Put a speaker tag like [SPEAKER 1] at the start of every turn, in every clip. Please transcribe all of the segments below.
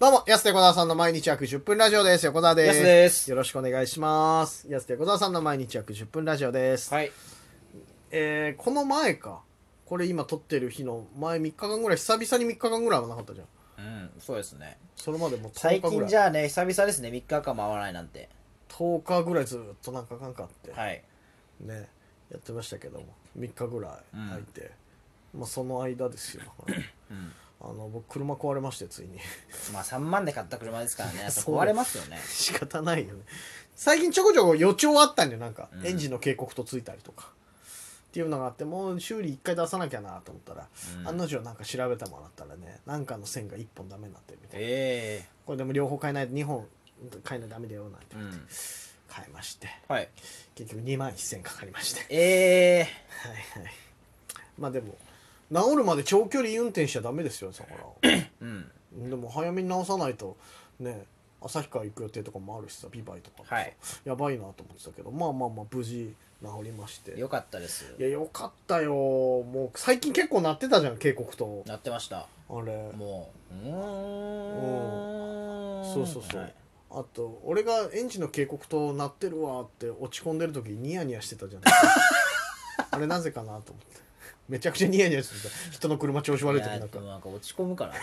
[SPEAKER 1] どうも、安手小沢さんの毎日約10分ラジオです。横澤です。
[SPEAKER 2] 安です
[SPEAKER 1] よろしくお願いします。安手小沢さんの毎日約10分ラジオです。
[SPEAKER 2] はい
[SPEAKER 1] えー、この前か。これ今撮ってる日の前3日間ぐらい、久々に3日間ぐらいはなかったじゃん。
[SPEAKER 2] うんそうですね
[SPEAKER 1] それまでもう10
[SPEAKER 2] 最
[SPEAKER 1] 日ぐ
[SPEAKER 2] 近
[SPEAKER 1] らい。
[SPEAKER 2] じゃあね久々ですね3日間も会わないなんて
[SPEAKER 1] 10日ぐらいずっとなんかあかんかって、
[SPEAKER 2] はい
[SPEAKER 1] ね、やってましたけども、3日ぐらい空いて。まあその間 ですよ。
[SPEAKER 2] うん
[SPEAKER 1] あの、僕車壊れまして、ついに。
[SPEAKER 2] まあ3万で買った車ですから ね
[SPEAKER 1] そう
[SPEAKER 2] 壊れますよね
[SPEAKER 1] 仕方ないよね最近ちょこちょこ予兆あったんだよなんか、
[SPEAKER 2] うん
[SPEAKER 1] エンジンの警告とついたりとかっていうのがあってもう修理1回出さなきゃなと思ったら、
[SPEAKER 2] うん
[SPEAKER 1] 案の定なんか調べてもらったらねなんかの線が1本ダメになってるみたいな
[SPEAKER 2] え
[SPEAKER 1] これでも両方買えないと2本買えないとダメだよなんて
[SPEAKER 2] えうん
[SPEAKER 1] 買いまして
[SPEAKER 2] はい
[SPEAKER 1] 結局2万1000かかりまして
[SPEAKER 2] ええ
[SPEAKER 1] はいはいまあでも治るまで長距離運転しちゃダメですよだから
[SPEAKER 2] うん
[SPEAKER 1] でも早めに直さないとね旭川行く予定とかもあるしさビバイとかもさ、
[SPEAKER 2] はい
[SPEAKER 1] やばいなと思ってたけどまあまあまあ無事治りまして
[SPEAKER 2] よかったです
[SPEAKER 1] いやよかったよもう最近結構鳴ってたじゃん警告と
[SPEAKER 2] なってました
[SPEAKER 1] あれ
[SPEAKER 2] もううーん
[SPEAKER 1] そうそうそう、
[SPEAKER 2] はい
[SPEAKER 1] あと俺がエンジンの警告と鳴ってるわって落ち込んでる時にニヤニヤしてた じゃないあれなぜかなと思ってめちゃくちゃニヤニヤしてた人の車調子悪い時
[SPEAKER 2] い
[SPEAKER 1] な
[SPEAKER 2] や
[SPEAKER 1] ん
[SPEAKER 2] で
[SPEAKER 1] か
[SPEAKER 2] もなんか落ち込むから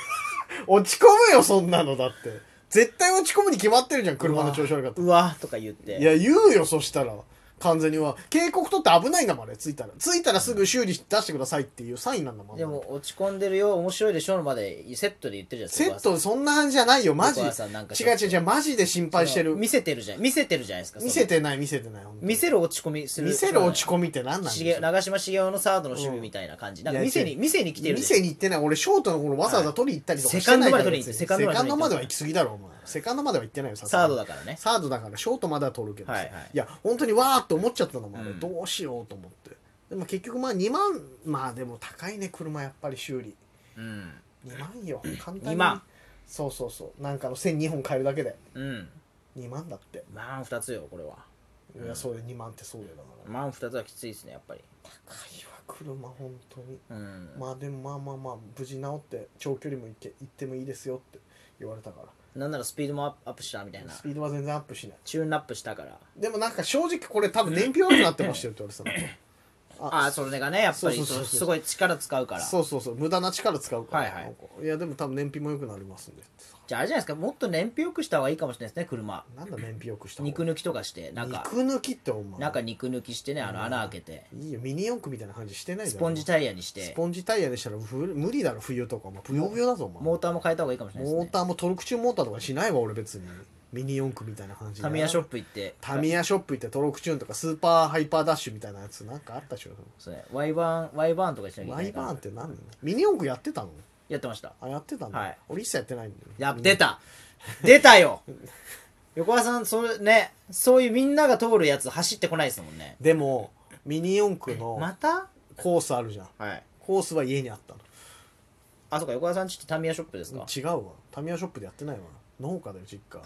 [SPEAKER 1] 落ち込むよそんなのだって絶対落ち込むに決まってるじゃん車の調子悪かったら
[SPEAKER 2] うわとか言って
[SPEAKER 1] いや、言うよ、そしたら。完全には。警告取って危ないんだもん、あれ、ついたら。ついたらすぐ修理し出してくださいっていうサインなんだもん。
[SPEAKER 2] でも落ち込んでるよ面白いでしょのまでセットで言ってるじゃん
[SPEAKER 1] セット、そんな感じじゃないよ、マジ。違
[SPEAKER 2] お
[SPEAKER 1] う
[SPEAKER 2] 母さんなんかちょっと
[SPEAKER 1] 違う違う、マジで心配してる。
[SPEAKER 2] 見せてるじゃん見せてるじゃないですかそ
[SPEAKER 1] 見
[SPEAKER 2] の
[SPEAKER 1] せてない、見せてない。本当に
[SPEAKER 2] 見せる落ち込みする
[SPEAKER 1] 見せる落ち込みって何なん
[SPEAKER 2] し
[SPEAKER 1] で
[SPEAKER 2] げ
[SPEAKER 1] すか
[SPEAKER 2] 長嶋茂雄のサードの守備みたいな感じ、なんか
[SPEAKER 1] いや
[SPEAKER 2] 店
[SPEAKER 1] 違
[SPEAKER 2] に
[SPEAKER 1] う
[SPEAKER 2] 店に来てるでしょ
[SPEAKER 1] 店に行ってない。俺、ショートの頃わざわざ取り行ったりとかしてない
[SPEAKER 2] セカンドまで取りに行って
[SPEAKER 1] 別に
[SPEAKER 2] セカン
[SPEAKER 1] セカンド
[SPEAKER 2] ドまで取りに行った
[SPEAKER 1] までは行き過ぎだろ、お前。セカンドまでは行ってないよ、さすが
[SPEAKER 2] サ
[SPEAKER 1] に
[SPEAKER 2] ードだからね
[SPEAKER 1] サードだからショートまでは取るけどさ、
[SPEAKER 2] はい
[SPEAKER 1] い
[SPEAKER 2] はい
[SPEAKER 1] や本当にわーって思っちゃったのもあれ、
[SPEAKER 2] うん
[SPEAKER 1] どうしようと思ってでも結局まあ2万まあでも高いね車やっぱり修理
[SPEAKER 2] うん
[SPEAKER 1] 2万よ簡単に
[SPEAKER 2] 2万
[SPEAKER 1] そうそうそうなんかの線2本買えるだけで
[SPEAKER 2] うん
[SPEAKER 1] 2万だって
[SPEAKER 2] まあ2つよこれはい
[SPEAKER 1] やそうで2万ってそうだよだから
[SPEAKER 2] まあ2つはきついですねやっぱり
[SPEAKER 1] 高いわ車本当に
[SPEAKER 2] うん
[SPEAKER 1] まあでもまあまあまあ無事治って長距離も行け行ってもいいですよって言われたか
[SPEAKER 2] なんならスピードもアップアップしたみたい
[SPEAKER 1] ら
[SPEAKER 2] な
[SPEAKER 1] スピードは全然アップしない
[SPEAKER 2] チューンアップしたから
[SPEAKER 1] でもなんか正直これ多分燃費悪くなってましたよって言われてたの
[SPEAKER 2] ああそれがねやっぱり
[SPEAKER 1] そうそうそうそう
[SPEAKER 2] そのすごい力使うから
[SPEAKER 1] そうそうそう無駄な力使うから、
[SPEAKER 2] はいはい
[SPEAKER 1] なんかいやでも多分燃費も良くなりますんで
[SPEAKER 2] じゃああれじゃないですかもっと燃費よくした方がいいかもしれないですね車
[SPEAKER 1] なんだ燃費良くした方
[SPEAKER 2] 肉抜きとかしてなんか
[SPEAKER 1] 肉抜きってお前
[SPEAKER 2] なんか肉抜きしてねあの穴開けて
[SPEAKER 1] いいよミニ四駆みたいな感じしてないだ
[SPEAKER 2] ス
[SPEAKER 1] ろ
[SPEAKER 2] ポンジタイヤにし
[SPEAKER 1] ス
[SPEAKER 2] て
[SPEAKER 1] ポンジタイヤでしたらふ無理だろ冬とかお前ぷよぷよだぞお前
[SPEAKER 2] モーターも変えた方がいいかもしれないです
[SPEAKER 1] モ
[SPEAKER 2] ね
[SPEAKER 1] ーターもトルクチューンモーターとかしないわ俺別にミニ四駆みたいな感じで
[SPEAKER 2] タミヤショップ行って
[SPEAKER 1] タミヤショップ行ってトルクチューンとかスーパーハイパーダッシュみたいなやつなんかあったでしょ
[SPEAKER 2] そうねワイバーンワイバーンとかしなきゃいけ
[SPEAKER 1] マ
[SPEAKER 2] な
[SPEAKER 1] イ
[SPEAKER 2] いか
[SPEAKER 1] バ
[SPEAKER 2] ら
[SPEAKER 1] ーンって何なのミニ四駆やってたの
[SPEAKER 2] やってました
[SPEAKER 1] あやってたんだ、
[SPEAKER 2] はい
[SPEAKER 1] 俺一切やってないんだよ
[SPEAKER 2] や出た出 たよ横川さんそれねそういうみんなが通るやつ走ってこないですもんね
[SPEAKER 1] でもミニ四駆の
[SPEAKER 2] また
[SPEAKER 1] コースあるじゃん
[SPEAKER 2] はい
[SPEAKER 1] コースは家にあったの
[SPEAKER 2] あそうか横川さんちってタミヤショップですか
[SPEAKER 1] 違うわタミヤショップでやってないわ農家だよ実家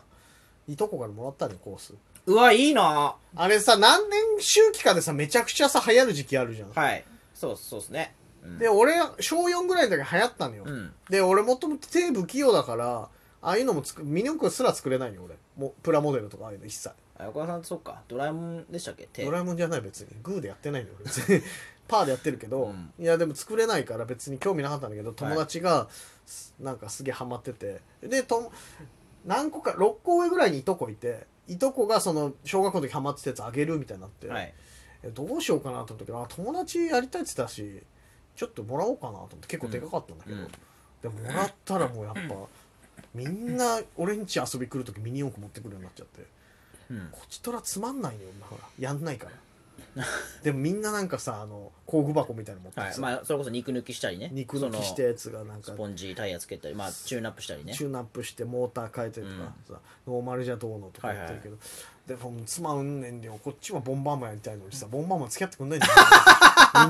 [SPEAKER 1] いとこからもらったのよコース
[SPEAKER 2] うわいいな
[SPEAKER 1] あれさ何年周期かでさめちゃくちゃさ流行る時期あるじゃん、
[SPEAKER 2] はいそうそうですねうん
[SPEAKER 1] で俺小4ぐらいの時流行ったのよ、
[SPEAKER 2] うん
[SPEAKER 1] で俺もともと手不器用だからああいうのも作ミニ四駆すら作れないよ俺もうプラモデルとかああいうの一切
[SPEAKER 2] あ横川さんそうかドラえもんでしたっけ手
[SPEAKER 1] ドラえもんじゃない別にグーでやってないのよ俺別 にパーでやってるけど、
[SPEAKER 2] うん
[SPEAKER 1] いやでも作れないから別に興味なかったんだけど友達がすなんかすげえハマっててでとも何個か6個上ぐらいにいとこいていとこがその小学校の時ハマってたやつあげるみたいになって、
[SPEAKER 2] はい
[SPEAKER 1] えどうしようかなと思ったけどあ友達やりたいって言ってたしちょっともらおうかなと思って結構でかかったんだけど、
[SPEAKER 2] うん
[SPEAKER 1] でもらったらもうやっぱみんな俺ん家遊び来る時ミニ四駆持ってくるようになっちゃって。
[SPEAKER 2] うん
[SPEAKER 1] こちとらつまんないよ、今ほら。やんないから。 でもみんななんかさ、あの、工具箱みたいなの持って
[SPEAKER 2] はい
[SPEAKER 1] さ、
[SPEAKER 2] まあそれこそ肉抜きしたりね
[SPEAKER 1] 肉抜きしたやつがなん
[SPEAKER 2] そ
[SPEAKER 1] か
[SPEAKER 2] のス、ポンジタイヤつけたりまあチューンアップしたりね
[SPEAKER 1] チューンアップしてモーター変えたりとかさ、ノーマルじゃどうのとか言ってるけど、でもつまんねんでよ、こっちはボンバーマンやりたいのにさ、ボンバーマン付き合ってくんないんだよ。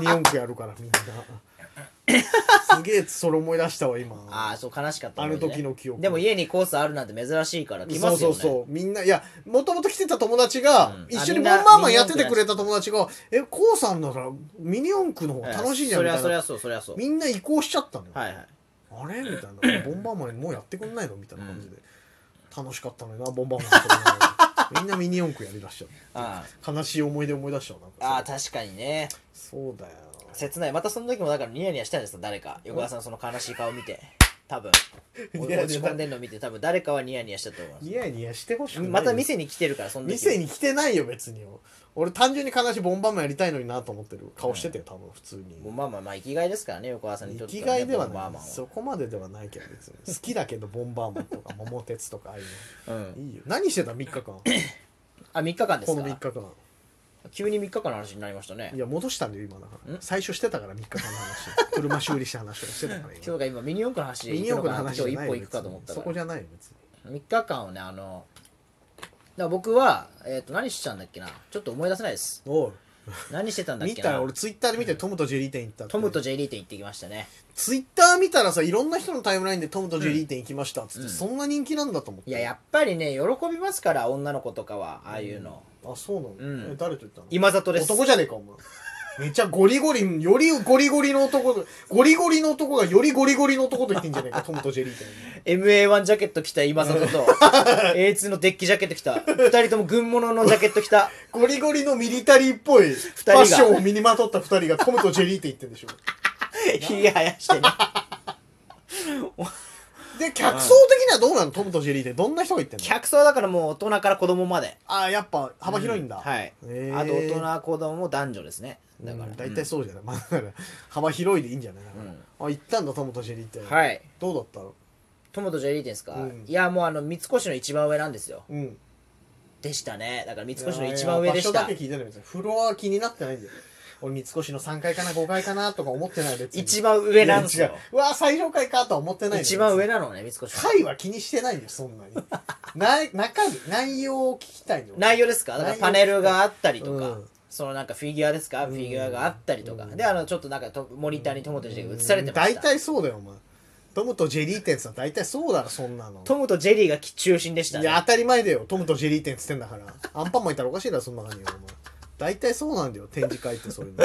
[SPEAKER 1] ミニ四駆やるからみんな。 すげえそれ思い出したわ、今。
[SPEAKER 2] ああそう悲しかった思い出
[SPEAKER 1] あの時の記憶
[SPEAKER 2] でも家にコースあるなんて珍しいから来ます
[SPEAKER 1] そ
[SPEAKER 2] よ
[SPEAKER 1] う
[SPEAKER 2] ね
[SPEAKER 1] そうそうみんないやもともと来てた友達が、
[SPEAKER 2] うん
[SPEAKER 1] 一緒に
[SPEAKER 2] あみ
[SPEAKER 1] ボ
[SPEAKER 2] ん
[SPEAKER 1] ン
[SPEAKER 2] な
[SPEAKER 1] バーマンやっててくれた友達が「えこうさんならミニ四駆の方が楽しいんじゃん」み
[SPEAKER 2] ええ
[SPEAKER 1] たい
[SPEAKER 2] そりゃ
[SPEAKER 1] な
[SPEAKER 2] そりゃそうそりゃそう
[SPEAKER 1] みんな移行しちゃったのよ、
[SPEAKER 2] はいはい
[SPEAKER 1] ああれみたい な「ボンバーマンもうやってくんないの?」みたいな感じで、楽しかったのになボンバーマンやってくんないのみんなミニ四駆やりだしちゃう
[SPEAKER 2] あ
[SPEAKER 1] 悲しい思い出思い出しちゃうなんか
[SPEAKER 2] あ
[SPEAKER 1] それ
[SPEAKER 2] 確かにね
[SPEAKER 1] そうだよ
[SPEAKER 2] 切ないまたその時もだからニヤニヤしたんですよ誰か横川さんその悲しい顔見て多 分
[SPEAKER 1] ニヤニヤ
[SPEAKER 2] 落ち込んでんの見て多分誰かはニヤニヤしたと思います
[SPEAKER 1] ニヤニヤしてほしくない
[SPEAKER 2] また店に来てるからその時
[SPEAKER 1] 店に来てないよ別によ俺単純に悲しいボンバーマンやりたいのになと思ってる顔してたよ多分普通に
[SPEAKER 2] もうまあまあまあ生きがいですからね横川さんにと
[SPEAKER 1] 生
[SPEAKER 2] って
[SPEAKER 1] き
[SPEAKER 2] はね
[SPEAKER 1] がいでは
[SPEAKER 2] ボンバ
[SPEAKER 1] な
[SPEAKER 2] ーマ
[SPEAKER 1] い
[SPEAKER 2] ンは
[SPEAKER 1] そこまでではないけど別に好きだけどボンバーマンとか桃鉄とかああいう
[SPEAKER 2] うん
[SPEAKER 1] のいいよ何してた3日間こ
[SPEAKER 2] あ3日間です
[SPEAKER 1] の
[SPEAKER 2] か
[SPEAKER 1] 3日間
[SPEAKER 2] 急に3日間の話になりましたね
[SPEAKER 1] いや戻したんだよ今だから
[SPEAKER 2] ん
[SPEAKER 1] 最初してたから3日間の話車修理した話とかしてたから
[SPEAKER 2] 今
[SPEAKER 1] 今
[SPEAKER 2] 日が今ミニ四駆の話で
[SPEAKER 1] ミニ
[SPEAKER 2] 行
[SPEAKER 1] 四
[SPEAKER 2] くの
[SPEAKER 1] 駆
[SPEAKER 2] か
[SPEAKER 1] の
[SPEAKER 2] な
[SPEAKER 1] 話じゃ
[SPEAKER 2] 今日一
[SPEAKER 1] ない
[SPEAKER 2] 歩
[SPEAKER 1] よ
[SPEAKER 2] 行くかと思った
[SPEAKER 1] 別にそ
[SPEAKER 2] か
[SPEAKER 1] こ
[SPEAKER 2] ら
[SPEAKER 1] じゃないよ別に
[SPEAKER 2] 3日間をねあのだから僕は、えー、と何してたんだっけなちょっと思い出せないです
[SPEAKER 1] おい
[SPEAKER 2] 何してたんだっ
[SPEAKER 1] 見
[SPEAKER 2] けな
[SPEAKER 1] たら俺ツイッターで見てトムとジェリー店行ったって
[SPEAKER 2] トムとジェリー店行ってきましたね
[SPEAKER 1] ツイッター見たらさいろんな人のタイムラインでトムとジェリー店行きましたっつって
[SPEAKER 2] うん
[SPEAKER 1] そんな人気なんだと思って
[SPEAKER 2] いややっぱりね喜びますから女の子とかはああいうの、
[SPEAKER 1] あそうなの、
[SPEAKER 2] うん
[SPEAKER 1] え誰と言ったの
[SPEAKER 2] 今里です
[SPEAKER 1] 男じゃねえかお前めちゃゴリゴリよりゴリゴリの男とゴリゴリの男がよりゴリゴリの男と言ってんじゃ ねえかトムとジェリーって
[SPEAKER 2] MA1 ジャケット着た今里と A2 のデッキジャケット着た2人とも軍物のジャケット着 た
[SPEAKER 1] ゴリゴリのミリタリーっぽいフ
[SPEAKER 2] 人が
[SPEAKER 1] ァッションを身にまとった二人がトムとジェリーって言ってん でしょ
[SPEAKER 2] ひげ生やしてね
[SPEAKER 1] で客層的にはどうなのトムとジェリーってどんな人が言ってんの
[SPEAKER 2] 客層だからもう大人から子供まで
[SPEAKER 1] あやっぱ幅広いんだ、
[SPEAKER 2] うはい、
[SPEAKER 1] へえ
[SPEAKER 2] あと大人子供男女ですねだ
[SPEAKER 1] だ
[SPEAKER 2] から、
[SPEAKER 1] 大体そうじゃない、まあだから幅広いでいいんじゃないだから、あ行ったんだトムとジェリーって、
[SPEAKER 2] うんはい
[SPEAKER 1] どうだったの
[SPEAKER 2] トムとジェリーですか、
[SPEAKER 1] うん
[SPEAKER 2] いやもうあの三越の一番上なんですよ
[SPEAKER 1] うん
[SPEAKER 2] でしたねだから三越の一番上でし
[SPEAKER 1] いやいや場所だ
[SPEAKER 2] た
[SPEAKER 1] け聞いてない別にフロア気になってないんだよ俺三越の3階かな5階かなとか思ってない別に
[SPEAKER 2] 一番上なんです
[SPEAKER 1] いや
[SPEAKER 2] よ
[SPEAKER 1] 違ううわ最上階かとは思ってない
[SPEAKER 2] 一番上
[SPEAKER 1] な
[SPEAKER 2] なのね三越の
[SPEAKER 1] 階は気にしてないんだよそんなにな中身内容を聞きたいの
[SPEAKER 2] 内容ですかだからパネルがあったりとか、
[SPEAKER 1] うん
[SPEAKER 2] そのなんかフィギュアですか、
[SPEAKER 1] うん
[SPEAKER 2] フィギュアがあったりとか、
[SPEAKER 1] うん
[SPEAKER 2] であのちょっとなんかとモニターにトムとジェリーが映されてま
[SPEAKER 1] 大
[SPEAKER 2] した、
[SPEAKER 1] 体そうだよお前トムとジェリー店さ大体そうだろそんなの
[SPEAKER 2] トムとジェリーが中心でした
[SPEAKER 1] い
[SPEAKER 2] ね
[SPEAKER 1] や当たり前だよトムとジェリー店っつってんだからアンパンマンいたらおかしいだろそんな感じよお前大体そうなんだよ展示会ってそういうの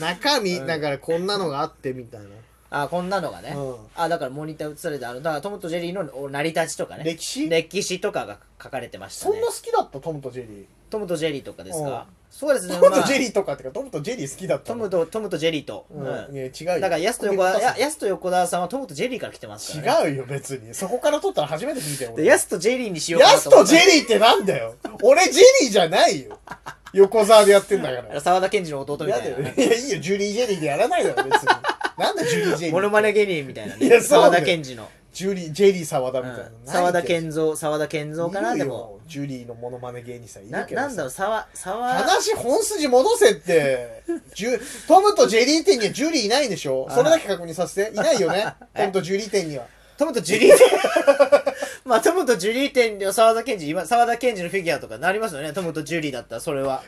[SPEAKER 1] 中身だからこんなのがあってみたいな
[SPEAKER 2] あこんなのがね、
[SPEAKER 1] うん
[SPEAKER 2] あだからモニター映されてあのだからトムとジェリーのお成り立ちとかね
[SPEAKER 1] 歴史
[SPEAKER 2] 歴史とかが書かれてました
[SPEAKER 1] そん
[SPEAKER 2] ね
[SPEAKER 1] な好きだったトムとジェリー
[SPEAKER 2] トムとジェリーとかですか
[SPEAKER 1] うん
[SPEAKER 2] そうですね
[SPEAKER 1] トムとジェ
[SPEAKER 2] ま
[SPEAKER 1] リーとかってかトムとジェリー好きだっ
[SPEAKER 2] あ
[SPEAKER 1] た
[SPEAKER 2] ト
[SPEAKER 1] の
[SPEAKER 2] ムとトムとジェリーと、うん
[SPEAKER 1] うん、いや違うよ
[SPEAKER 2] だから安と横田
[SPEAKER 1] コ
[SPEAKER 2] や
[SPEAKER 1] ミック
[SPEAKER 2] 安と横田さんはトムとジェリーから来てますから、ね、
[SPEAKER 1] 違うよ別にそこから撮ったら初めて聞いたよ
[SPEAKER 2] で
[SPEAKER 1] 俺
[SPEAKER 2] ヤスとジェリーにしようかな
[SPEAKER 1] ヤスとジェ
[SPEAKER 2] ー
[SPEAKER 1] リーってなんだよ俺ジェリーじゃないよ横沢でやってんだから
[SPEAKER 2] 沢田研二の弟み
[SPEAKER 1] や
[SPEAKER 2] た
[SPEAKER 1] だ
[SPEAKER 2] い
[SPEAKER 1] よ
[SPEAKER 2] な、ね
[SPEAKER 1] い、やいいよジュリー・ジェリーでやらないだろ別になんだジュリー・ジェリ
[SPEAKER 2] モノ
[SPEAKER 1] ー
[SPEAKER 2] マネ芸人みたいなね
[SPEAKER 1] いやそうだ
[SPEAKER 2] 沢
[SPEAKER 1] よ
[SPEAKER 2] 田研二の、
[SPEAKER 1] ジュリー・ジェリー沢田
[SPEAKER 2] う
[SPEAKER 1] みたいな、
[SPEAKER 2] ん、沢田
[SPEAKER 1] 三
[SPEAKER 2] 研三沢田研三かなでも
[SPEAKER 1] ジュリーのモノマネ芸人さんいる
[SPEAKER 2] な
[SPEAKER 1] けどさ
[SPEAKER 2] なんだろう沢沢
[SPEAKER 1] 話本筋戻せって。ジュトムとジェリー店にはジュリーいないんでしょそれだけ確認させて。いないよ ねトムとジュリー店には。
[SPEAKER 2] トムとジュリー店 まあトムとジュリー店の沢田研二今沢田研二のフィギュアとかなりますよねトムとジュリーだったらそ れは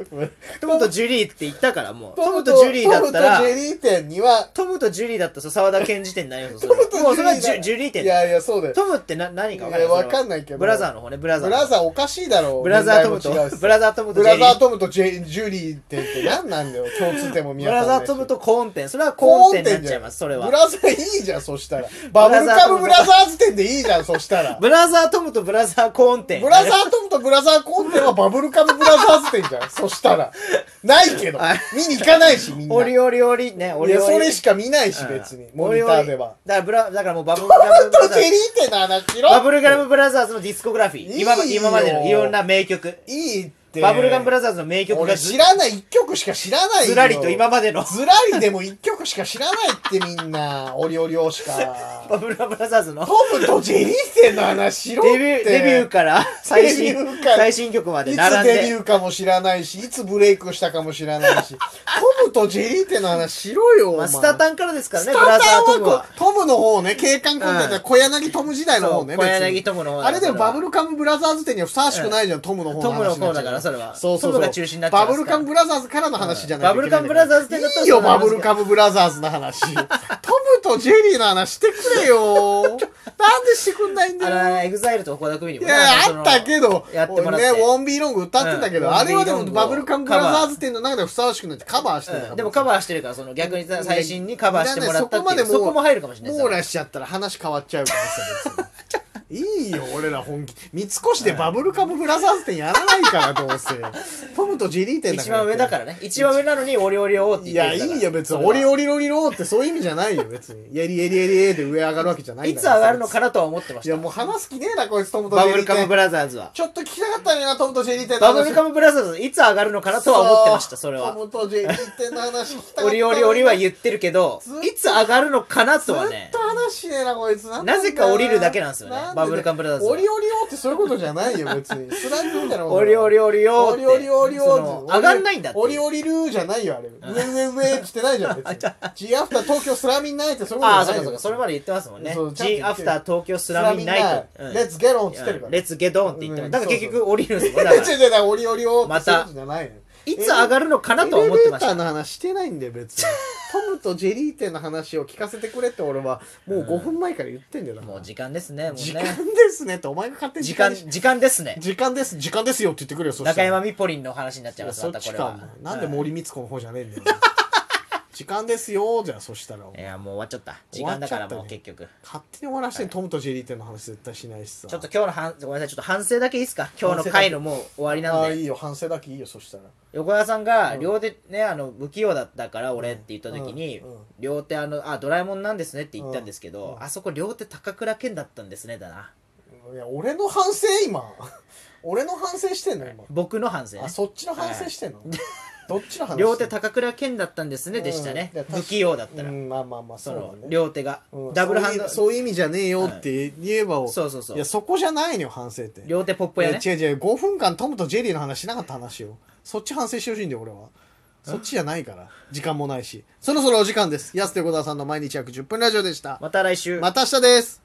[SPEAKER 2] トムとジュリーって言ったからもうトムとジュリーだったら
[SPEAKER 1] トムとジェリー店には、
[SPEAKER 2] トムとジュリーだったら沢田研二店になります
[SPEAKER 1] ト
[SPEAKER 2] よ
[SPEAKER 1] ムと
[SPEAKER 2] それはもうそれはジ
[SPEAKER 1] だ
[SPEAKER 2] ュジュリー店
[SPEAKER 1] いやいや、そうだよ。
[SPEAKER 2] トムってな何か分かんな
[SPEAKER 1] い
[SPEAKER 2] い
[SPEAKER 1] やわかんないけど
[SPEAKER 2] ブラザーの方ねブラザー
[SPEAKER 1] ブ
[SPEAKER 2] の
[SPEAKER 1] ラザーおかしいだろう。
[SPEAKER 2] ブラザートム
[SPEAKER 1] 年代も違う
[SPEAKER 2] と
[SPEAKER 1] し
[SPEAKER 2] ブラザートムと
[SPEAKER 1] ブ
[SPEAKER 2] ジェ
[SPEAKER 1] ラ
[SPEAKER 2] リ
[SPEAKER 1] ザー
[SPEAKER 2] ー
[SPEAKER 1] トムとジェジュリー店って何なんだよ。共通点も見
[SPEAKER 2] ブ
[SPEAKER 1] 当た
[SPEAKER 2] ラ
[SPEAKER 1] らな
[SPEAKER 2] ザ
[SPEAKER 1] いし
[SPEAKER 2] ートムとコーン店それはコーン店になっちゃいますそ
[SPEAKER 1] コーン
[SPEAKER 2] れ
[SPEAKER 1] 店じゃんブ
[SPEAKER 2] は
[SPEAKER 1] ラザーいいじゃん、そしたら。バブルカムブラザーズ店でいいじゃん、そしたら。
[SPEAKER 2] ブラザートムとブラザーコーン店
[SPEAKER 1] ブラザートムとブラザーコンテはバブルカムブラザーズ店じゃん。そした ら。ないけど
[SPEAKER 2] はい。
[SPEAKER 1] 見に行かないし、みんな。
[SPEAKER 2] オリオリオリねオ
[SPEAKER 1] い
[SPEAKER 2] リ
[SPEAKER 1] や、
[SPEAKER 2] オリ
[SPEAKER 1] それしか見ないし、
[SPEAKER 2] うん
[SPEAKER 1] 別に。モニターでは。
[SPEAKER 2] だからブラだからもうバブル
[SPEAKER 1] ト
[SPEAKER 2] ガム
[SPEAKER 1] ム
[SPEAKER 2] ブラ
[SPEAKER 1] と
[SPEAKER 2] ザ
[SPEAKER 1] ジェリ
[SPEAKER 2] ー
[SPEAKER 1] ーっての話しろ。
[SPEAKER 2] バブルガムブラザーズのディスコグラフィー
[SPEAKER 1] いいよ
[SPEAKER 2] 今ま今までのいろんな名曲
[SPEAKER 1] いいって。
[SPEAKER 2] バブルガムブラ
[SPEAKER 1] ザ
[SPEAKER 2] ザーズの名曲が
[SPEAKER 1] 俺
[SPEAKER 2] ず
[SPEAKER 1] 知らない、一曲しか知らないよ。
[SPEAKER 2] ずらりと今までの
[SPEAKER 1] ずらりでも一曲しか知らないってみんな。 オリオリオし か。
[SPEAKER 2] バブルガムブラザーズの
[SPEAKER 1] トムとジェリー店の話しろって。
[SPEAKER 2] デビューデビューから最新
[SPEAKER 1] デビューから
[SPEAKER 2] 最新曲まで
[SPEAKER 1] い
[SPEAKER 2] 並
[SPEAKER 1] つ
[SPEAKER 2] ん
[SPEAKER 1] デビ
[SPEAKER 2] で
[SPEAKER 1] ューかも知らないし、いつブレイクしたかも知らないし、トムとジェリーっての話しろよ、お
[SPEAKER 2] まあ、
[SPEAKER 1] 前
[SPEAKER 2] スタタンからですからね
[SPEAKER 1] ス
[SPEAKER 2] ブ
[SPEAKER 1] タ
[SPEAKER 2] ラザ
[SPEAKER 1] タン
[SPEAKER 2] ートム
[SPEAKER 1] は
[SPEAKER 2] は
[SPEAKER 1] こトムの方ね、警官コンテンツ
[SPEAKER 2] う
[SPEAKER 1] は
[SPEAKER 2] ん
[SPEAKER 1] 小柳トム時代の方
[SPEAKER 2] そ
[SPEAKER 1] ね、
[SPEAKER 2] う小
[SPEAKER 1] 別に
[SPEAKER 2] 柳トムの方だ
[SPEAKER 1] あれでも
[SPEAKER 2] それは
[SPEAKER 1] バブルカムブラザーズ店にはふさわしくないじゃん、トムの方の話になっちゃう
[SPEAKER 2] トムの方だからそれは
[SPEAKER 1] そうそうそう
[SPEAKER 2] トムが中心になっちゃいます
[SPEAKER 1] バ
[SPEAKER 2] か
[SPEAKER 1] ブルカ
[SPEAKER 2] ら
[SPEAKER 1] ムブラザーズからの話じゃないといけないんだけど
[SPEAKER 2] バブルカムブラザーズ店だったら
[SPEAKER 1] いいよ、
[SPEAKER 2] それは
[SPEAKER 1] バブルカムブラザーズの話。トムとジェリーの話してくれよ。なんでしてくんないんだ
[SPEAKER 2] あ
[SPEAKER 1] よ
[SPEAKER 2] のエグザイルと岡田組に
[SPEAKER 1] い
[SPEAKER 2] も
[SPEAKER 1] やあったけど
[SPEAKER 2] やってもらって
[SPEAKER 1] 俺ね「ウォンビーロング」歌ってたけど、
[SPEAKER 2] うん
[SPEAKER 1] あれはで
[SPEAKER 2] ウォ
[SPEAKER 1] も
[SPEAKER 2] ンビーロングを
[SPEAKER 1] バブルカンブラザーズ展の中でふさわしくないってカバーしてたから、
[SPEAKER 2] うんでもカバーしてるからその逆にさ最新にカバーしてもらったっていう
[SPEAKER 1] だからねそこまでもう
[SPEAKER 2] そこも入るかもしれない
[SPEAKER 1] 網羅しちゃったら話変わっちゃうからさ別にいいよ俺ら本気三越でバブルカムブラザーズ展やらないからどうせトムとジェリー展だ
[SPEAKER 2] 一
[SPEAKER 1] から
[SPEAKER 2] 番上だからね一番上なのにオリオリオーって
[SPEAKER 1] い
[SPEAKER 2] 言っ
[SPEAKER 1] や
[SPEAKER 2] て
[SPEAKER 1] い
[SPEAKER 2] るから
[SPEAKER 1] いよ別
[SPEAKER 2] そ
[SPEAKER 1] に
[SPEAKER 2] れは
[SPEAKER 1] オリオリロリローってそういう意味じゃないよ別にエリエリエリエリで上上がるわけじゃないん
[SPEAKER 2] い
[SPEAKER 1] だ
[SPEAKER 2] つ
[SPEAKER 1] から
[SPEAKER 2] 上がるのかなとは思ってま
[SPEAKER 1] い
[SPEAKER 2] し
[SPEAKER 1] や
[SPEAKER 2] た
[SPEAKER 1] もう話す気ねえなこいつトムとジ
[SPEAKER 2] バ
[SPEAKER 1] ェ
[SPEAKER 2] ブ
[SPEAKER 1] リ
[SPEAKER 2] ル
[SPEAKER 1] ー
[SPEAKER 2] カムブ
[SPEAKER 1] 展
[SPEAKER 2] ラザーズは
[SPEAKER 1] ちょっと聞きたかったのになトムとジェリー展
[SPEAKER 2] バブルカムブラザーズいつ上がるのかなとは思ってましたそれは
[SPEAKER 1] トムとジェリー展の話聞きたかったの
[SPEAKER 2] オ
[SPEAKER 1] に
[SPEAKER 2] リオリオリは言ってるけど
[SPEAKER 1] ずっと
[SPEAKER 2] いつ上がるのかな
[SPEAKER 1] ず
[SPEAKER 2] と
[SPEAKER 1] っ
[SPEAKER 2] はね
[SPEAKER 1] と話しねえなこいつんだよ
[SPEAKER 2] なぜか降りるだけなんですよね
[SPEAKER 1] なで
[SPEAKER 2] バブルカンブラザーズは
[SPEAKER 1] オリオリオってそういうことじゃないよ別にスランプみたいなこと
[SPEAKER 2] オリオリオリオー
[SPEAKER 1] オ
[SPEAKER 2] っ
[SPEAKER 1] リ
[SPEAKER 2] て
[SPEAKER 1] オリオリオ
[SPEAKER 2] そ
[SPEAKER 1] リ
[SPEAKER 2] の上がんないんだって
[SPEAKER 1] オリオリルーじゃないよあれ上上上ってないじゃん 別にジアフター東京スラミンナイトそういうことじ
[SPEAKER 2] ああ
[SPEAKER 1] ゃ
[SPEAKER 2] そ
[SPEAKER 1] ない
[SPEAKER 2] うか
[SPEAKER 1] よ
[SPEAKER 2] そうかそれまで言ってますもんね
[SPEAKER 1] そうちゃんと言っ
[SPEAKER 2] G
[SPEAKER 1] てる
[SPEAKER 2] アフター東京スラミンナイト
[SPEAKER 1] スラミ
[SPEAKER 2] うん
[SPEAKER 1] ンナイトレッツゲロンっつってるから
[SPEAKER 2] レッツゲドンって言って
[SPEAKER 1] う
[SPEAKER 2] る
[SPEAKER 1] ん
[SPEAKER 2] だから結局降りるんですもんだ
[SPEAKER 1] 違う
[SPEAKER 2] から
[SPEAKER 1] 違う違うオリオリオ
[SPEAKER 2] ま
[SPEAKER 1] ったてそういうことじゃないの
[SPEAKER 2] いつ上がるのかなとは思ってまし
[SPEAKER 1] エレベーター
[SPEAKER 2] た
[SPEAKER 1] の話してないんだよ別 にトムとジェリー店の話を聞かせてくれって俺はもう5分前から言ってんだよだから
[SPEAKER 2] もう時間ですねもう
[SPEAKER 1] 時間
[SPEAKER 2] ね
[SPEAKER 1] ですねってお前が勝手に
[SPEAKER 2] 時間
[SPEAKER 1] にし
[SPEAKER 2] 時間ですね
[SPEAKER 1] 時間です時間ですよって言ってくれよそした
[SPEAKER 2] 中
[SPEAKER 1] ら
[SPEAKER 2] 山みぽりんの話になっちゃいます
[SPEAKER 1] そ
[SPEAKER 2] ま
[SPEAKER 1] った
[SPEAKER 2] こ
[SPEAKER 1] ち
[SPEAKER 2] れ
[SPEAKER 1] か
[SPEAKER 2] は
[SPEAKER 1] お前なんで森光子の方じゃねえんだよ時間ですよじゃあそしたらお
[SPEAKER 2] い
[SPEAKER 1] 前
[SPEAKER 2] やもう終わっちゃった時間だからもう結局
[SPEAKER 1] 勝手に終わらしてんトムとジェリー店の話絶対しないしさ
[SPEAKER 2] ちょっと今日の反ごめんなさいちょっと反省だけいいですか今日の回のもう終わり
[SPEAKER 1] あ
[SPEAKER 2] な
[SPEAKER 1] あ
[SPEAKER 2] ん
[SPEAKER 1] い
[SPEAKER 2] で
[SPEAKER 1] いよ反省だけいいよそしたら
[SPEAKER 2] 横田さんが両手ねあの不器用だったから俺って言った時に
[SPEAKER 1] うんうん
[SPEAKER 2] 両手あのあドラえもんなんですねって言ったんです
[SPEAKER 1] う
[SPEAKER 2] け
[SPEAKER 1] んう
[SPEAKER 2] ど
[SPEAKER 1] ん
[SPEAKER 2] あそこ両手高倉健だったんですねだない
[SPEAKER 1] や俺の反省今 俺の反省してんの今
[SPEAKER 2] 僕の反省ね
[SPEAKER 1] あそっちの反省してんのどっちの話
[SPEAKER 2] 両手高倉健だったんですねでしたね
[SPEAKER 1] うんいや確か
[SPEAKER 2] 不器用だった
[SPEAKER 1] う
[SPEAKER 2] ら
[SPEAKER 1] んまあまあまあ
[SPEAKER 2] そ
[SPEAKER 1] そう
[SPEAKER 2] の
[SPEAKER 1] だね
[SPEAKER 2] 両手が
[SPEAKER 1] うん
[SPEAKER 2] ダブルハンド
[SPEAKER 1] そういう意味そういう意味じゃねえよって言えばを
[SPEAKER 2] そうそうそう
[SPEAKER 1] いやそこじゃないのよ反省って
[SPEAKER 2] 両手ポップやね
[SPEAKER 1] いや違う違う5分間トムとジェリーの話しなかった話よそっち反省してほしいんだよ俺はそっちじゃないから時間もないしそろそろお時間です安手小沢さんの毎日約10分ラジオでした
[SPEAKER 2] また来週
[SPEAKER 1] また明日です